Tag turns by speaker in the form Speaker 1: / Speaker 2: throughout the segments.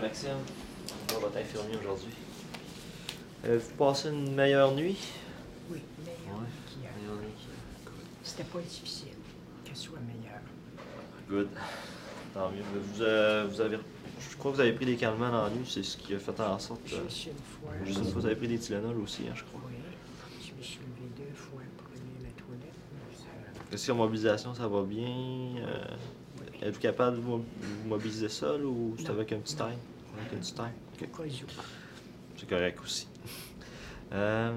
Speaker 1: Maxime. On va t'infirmer aujourd'hui. Avez-vous passé Euh, une meilleure nuit?
Speaker 2: Oui, meilleur
Speaker 1: Ouais.
Speaker 2: qu'hier.
Speaker 1: Meilleure nuit qu'hier.
Speaker 2: C'était pas difficile. Qu'elle soit meilleure.
Speaker 1: Good. Tant mieux. Mais Vous, euh, vous avez... Je crois que vous avez pris des calmants dans la nuit. C'est ce qui a fait en sorte...
Speaker 2: Je
Speaker 1: euh,
Speaker 2: me suis une fois.
Speaker 1: Je sais pas, vous avez pris des Tylenol aussi, hein, je crois.
Speaker 2: Oui. Je me suis levé deux fois pour aller à la toilette. mais ça-
Speaker 1: Est-ce que la mobilisation, ça va bien? Euh,
Speaker 2: oui.
Speaker 1: Êtes-vous capable de mo- vous mobiliser seul ou c'est
Speaker 2: Non.
Speaker 1: avec un petit time? Avec un petit time. Ok.
Speaker 2: Au cas où.
Speaker 1: C'est correct aussi. Euh,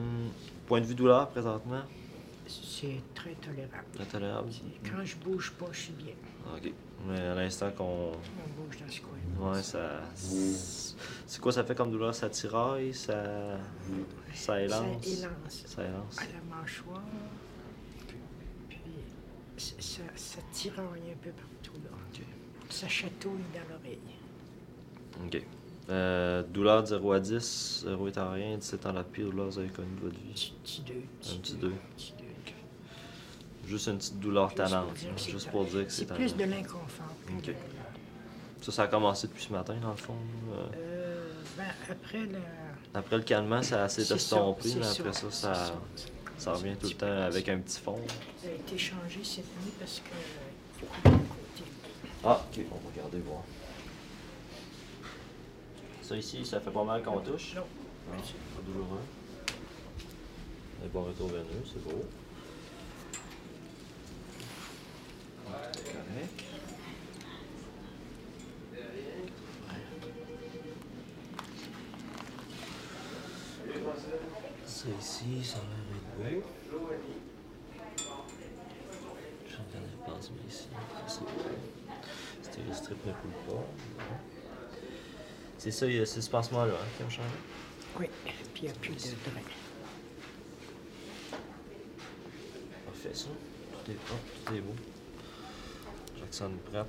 Speaker 1: point de vue douleur, présentement,
Speaker 2: C'est très tolérable.
Speaker 1: c'est tolérable.
Speaker 2: Quand je bouge pas, je suis bien.
Speaker 1: Ok. Mais à l'instant qu'on...
Speaker 2: On bouge dans ce coin.
Speaker 1: Ouais, ça... C'est quoi ça fait comme douleur? Ça tiraille? Ça... Ça élance?
Speaker 2: Ça élance.
Speaker 1: Ça élance.
Speaker 2: À la mâchoire. Puis ça, ça, ça tiraille un peu partout. Là.
Speaker 1: Ok.
Speaker 2: Ça chatouille dans l'oreille.
Speaker 1: Ok. Euh, douleur de 0 à 10, 0 étant rien, 17 étant la pire douleur que vous avez connue de votre vie.
Speaker 2: Petit, petit deux.
Speaker 1: Un petit deux.
Speaker 2: Petit deux.
Speaker 1: Juste une petite douleur
Speaker 2: Juste pour
Speaker 1: tannante,
Speaker 2: dire
Speaker 1: hein,
Speaker 2: que c'est
Speaker 1: juste
Speaker 2: ta-
Speaker 1: pour dire que c'est
Speaker 2: C'est plus de
Speaker 1: tannant.
Speaker 2: l'inconfort. que
Speaker 1: Ok.
Speaker 2: de-
Speaker 1: Ça, ça a commencé depuis ce matin, dans le fond. euh.
Speaker 2: Euh, ben, après la.
Speaker 1: Après le calmant, ça s'est
Speaker 2: c'est
Speaker 1: estompé,
Speaker 2: ça,
Speaker 1: mais
Speaker 2: c'est
Speaker 1: après ça, ça,
Speaker 2: c'est
Speaker 1: ça revient tout le temps avec un petit fond.
Speaker 2: Ça a été changé cette nuit parce que. euh, il faut côté.
Speaker 1: Ah, ok, on va regarder voir. Ça ici, ça fait pas mal qu'on touche.
Speaker 2: Non.
Speaker 1: Non, c'est pas douloureux. Les bons retours veineux, c'est beau. C'est correct. Ça ici, ça a l'air d'être beau. Je vais regarder le plasma ici. Ça, c'est beau. C'était le strip ne coule pas. Bon. C'est ça, il y a c'est ce pansement-là hein, qui a changé.
Speaker 2: Oui. Puis il n'y a plus de drain.
Speaker 1: Parfait ça. Tout est propre, tout est beau. Jackson prête.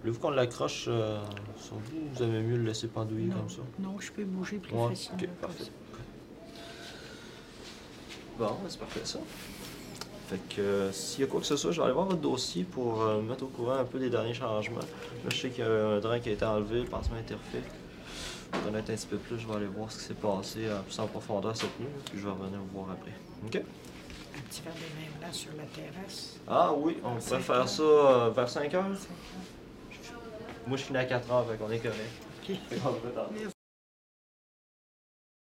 Speaker 1: Voulez-vous qu'on l'accroche euh, sur vous ou vous aimez mieux le laisser pendouiller
Speaker 2: Non,
Speaker 1: comme ça?
Speaker 2: non, je peux bouger plus
Speaker 1: Ouais,
Speaker 2: facilement.
Speaker 1: ok,
Speaker 2: comme
Speaker 1: parfait.
Speaker 2: ça.
Speaker 1: Bon, ben, c'est parfait ça. Fait que euh, s'il y a quoi que ce soit, je vais aller voir votre dossier pour euh, me mettre au courant un peu des derniers changements. Là, je sais qu'il y a un drain qui a été enlevé, le pansement a été refait. Pour connaître un petit peu plus, je vais aller voir ce qui s'est passé euh, plus en profondeur cette nuit, là, puis je vais revenir vous voir après. OK?
Speaker 2: Un petit verre de vin blanc sur la terrasse.
Speaker 1: Ah oui, on pourrait
Speaker 2: Cinq
Speaker 1: faire
Speaker 2: heures.
Speaker 1: ça euh, vers 5 heures.
Speaker 2: Cinq heures.
Speaker 1: Moi, je finis à 4 heures, fait qu'on est correct.
Speaker 2: Ok.
Speaker 1: On va attendre.